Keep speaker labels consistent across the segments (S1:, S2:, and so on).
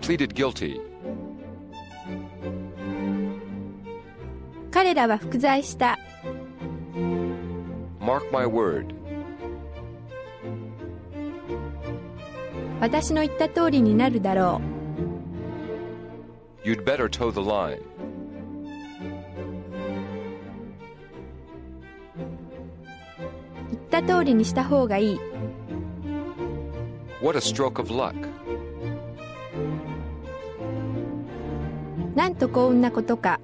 S1: pleaded guilty.
S2: 彼らは服罪した
S1: Mark my word,
S2: 私の言った通りになるだろ
S1: you'd better toe the line.
S2: う言った通りにした方がいい
S1: What a stroke of luck.
S2: なんと幸運なことか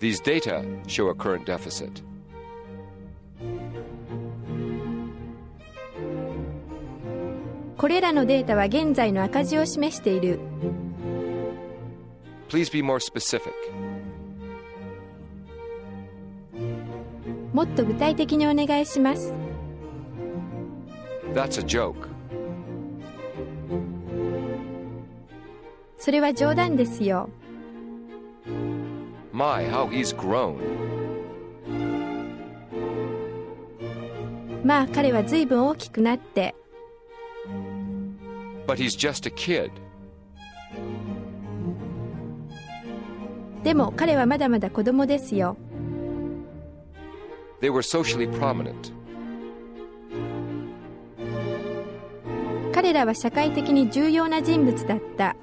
S1: These data show a current deficit.
S2: これらのデータは現在の赤字を示している
S1: Please be more specific.
S2: もっと具体的にお願いします
S1: That's a joke.
S2: それは冗談ですよ
S1: My, how he's grown.
S2: まあ彼は随分大きくなって
S1: But he's just a kid.
S2: でも彼はまだまだ子供ですよ
S1: They were socially prominent.
S2: 彼らは社会的に重要な人物だった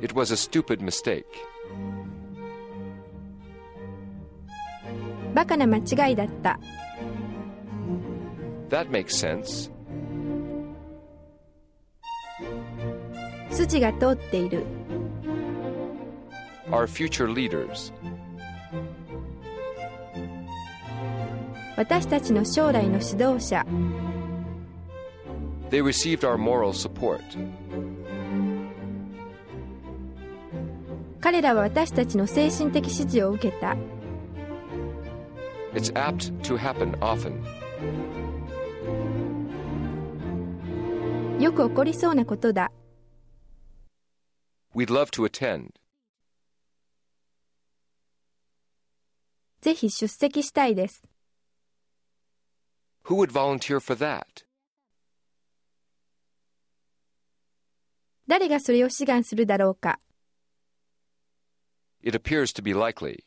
S1: It was a stupid mistake.
S2: バカな間違いだった
S1: That makes sense.
S2: 筋が通っている
S1: Our future leaders.
S2: 私たちの将来の指導者
S1: They received our moral support.
S2: 彼らは私たちの精神的支持を受けた
S1: It's apt to happen often.
S2: よく起こりそうなことだ
S1: We'd love to attend.
S2: ぜひ出席したいです
S1: Who would volunteer for that?
S2: 誰がそれを志願するだろうか
S1: It appears to be likely.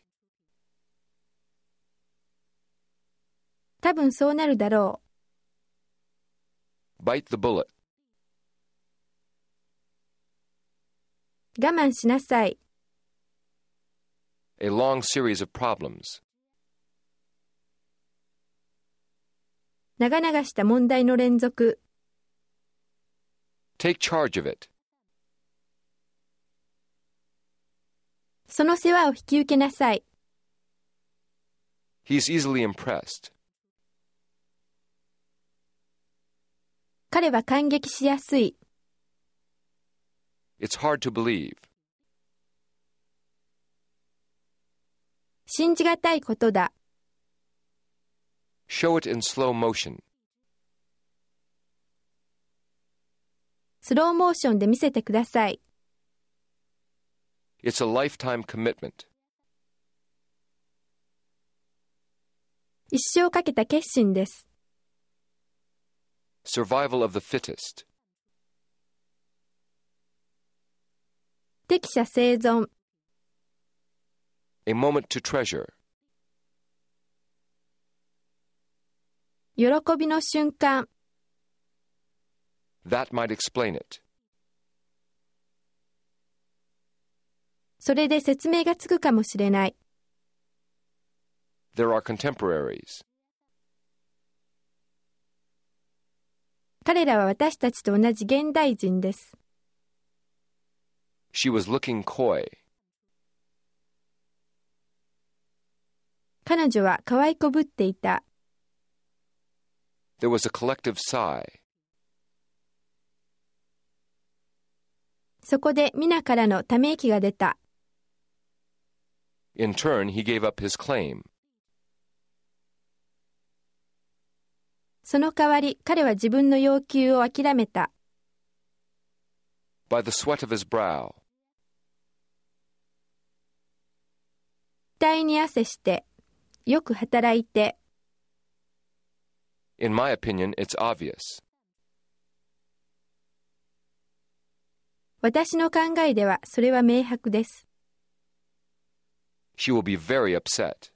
S2: 多分そうなるだろ
S1: Bite the bullet.
S2: う我慢しなさい
S1: A long series of problems.
S2: 長々した問題の連続
S1: Take charge of it.
S2: その世話を引き受けなさい
S1: He's easily impressed.
S2: 彼は感激しやすい
S1: It's hard to believe.
S2: 信じがたいことだ
S1: Show it in slow motion.
S2: スローモーションで見せてください
S1: It's a lifetime commitment.
S2: 一生かけた決心です
S1: Survival of the fittest.
S2: 適者生存
S1: A moment to treasure.
S2: 喜びの瞬間
S1: That might explain it.
S2: それで説明がつくかもしれない
S1: There are contemporaries.
S2: 彼らは私たちと同じ現代人です
S1: She was looking coy.
S2: 彼女は可愛こぶっていた
S1: There was a collective sigh.
S2: そこで皆からのため息が出た
S1: In turn, he gave up his claim.
S2: その代わり彼は自分の要求を諦めた
S1: By the sweat of his brow,
S2: 額に汗してよく働いて
S1: in my opinion, it's obvious.
S2: 私の考えではそれは明白です。
S1: She will be very upset.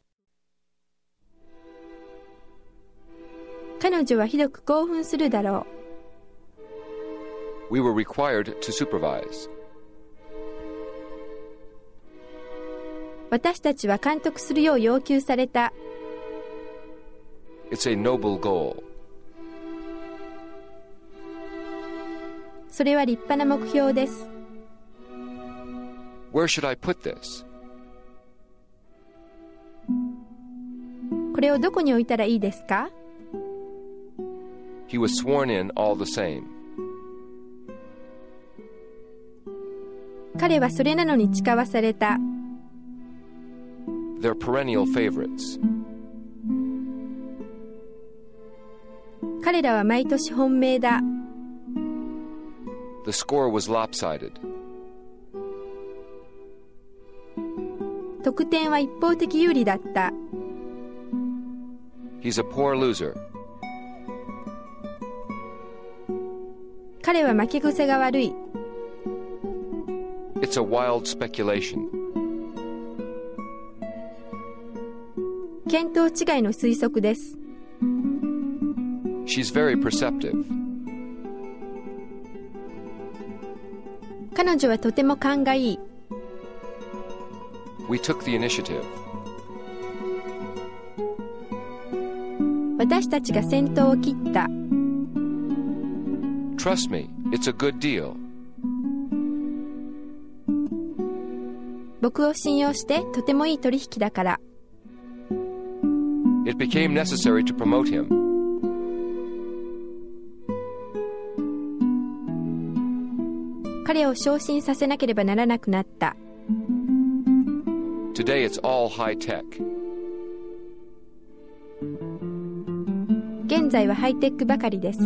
S2: 彼女はひどく興奮するだろ
S1: We were required to supervise.
S2: う。私たちは監督するよう要求された。
S1: It's a noble goal.
S2: それは立派な目標です。
S1: Where should I put this?
S2: これをどこに置いたらいいですか
S1: He was sworn in all the same.
S2: 彼はそれなのに誓わされた。
S1: They're perennial favorites.
S2: 彼らは毎年本命だ。
S1: The score was lopsided.
S2: 得点は一方的有利だった。
S1: He's a poor loser.
S2: 彼は負け癖が悪い。
S1: It's a wild speculation.
S2: 見当違いの推測です。
S1: She's very perceptive.
S2: 彼女はとても勘がいい。
S1: We took the initiative.
S2: 私たちが先頭を切った。
S1: Trust me, it's a good deal.
S2: 僕を信用してとてもいい取引だから。
S1: It became necessary to promote him.
S2: 彼を昇進させなければならなくなった。
S1: Today it's all high tech.
S2: 現在はハイテックばかりです。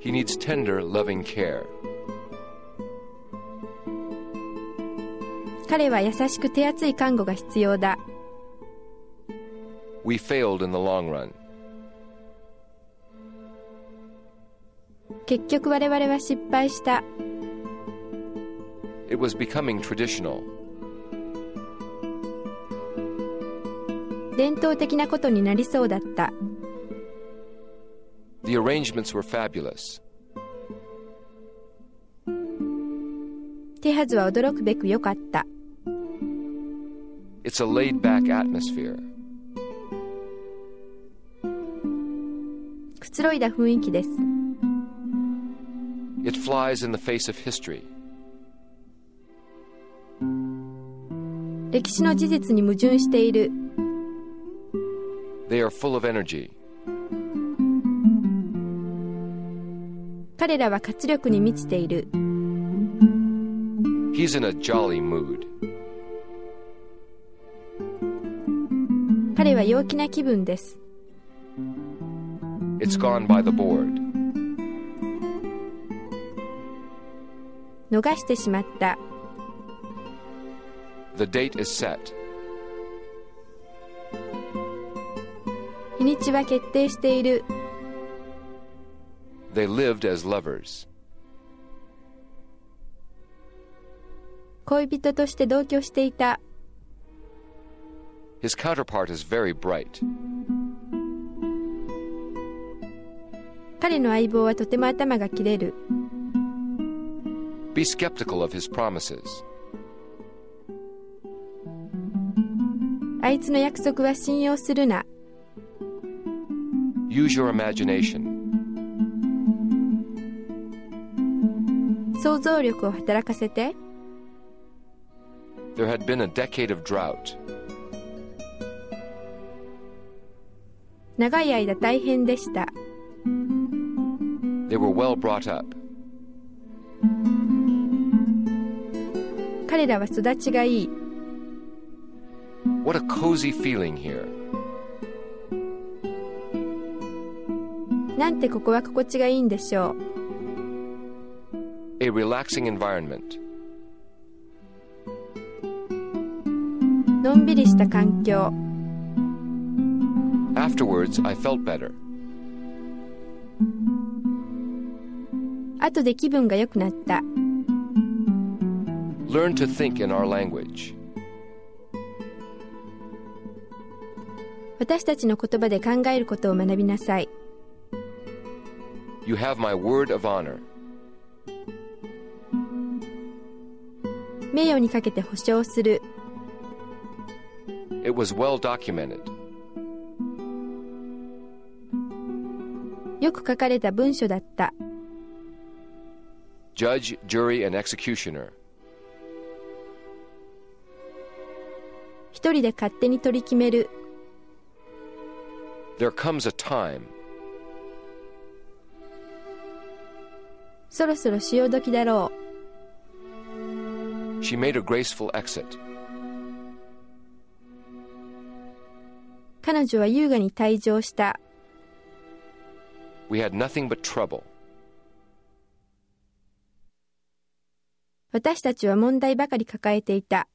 S1: He needs tender, loving care.
S2: 彼は優しく手厚い看護が必要だ。
S1: We failed in the long run.
S2: 結局我々は失敗した。
S1: It was becoming traditional.
S2: 伝統的なことになりそうだった。
S1: The arrangements were fabulous.
S2: 手はずは驚くべく良かった。
S1: It's a laid back atmosphere.
S2: くつろいだ雰囲気です。
S1: It flies in the face of history.
S2: 歴史の事実に矛盾している。
S1: They are full of energy.
S2: 彼らは活力に満ちている。
S1: He's in a jolly mood.
S2: 彼は陽気な気分です。
S1: It's gone by the board.
S2: 逃してしまった。
S1: The date is set.
S2: 日にちは決定している。
S1: They lived as lovers.
S2: 恋人として同居していた。
S1: His counterpart is very bright.
S2: 彼の相棒はとても頭が切れる。
S1: Be skeptical of his promises.
S2: あいつの約束は信用するな。
S1: Use your imagination.
S2: 想像力を働かせて。
S1: There had been a decade of drought.
S2: 長い間大変でした。
S1: They were well brought up.
S2: 彼らは育ちがいい。
S1: What a cozy feeling here.
S2: なんてここは心地がいいんでしょう。
S1: A relaxing environment.
S2: のんびりした環境。
S1: Afterwards, I felt better.
S2: 後で気分が良くなった
S1: Learn to think in our language.
S2: 私たちの言葉で考えることを学びなさい
S1: You have my word of honor.
S2: 名誉にかけて保証する
S1: It was well documented.
S2: よく書かれた文書だった
S1: Judge, jury, and executioner.
S2: 一人で勝手に取り決める
S1: There comes a time.
S2: そろそろ潮時だろ
S1: She made a graceful exit.
S2: う彼女は優雅に退場した
S1: We had nothing but trouble.
S2: 私たちは問題ばかり抱えていた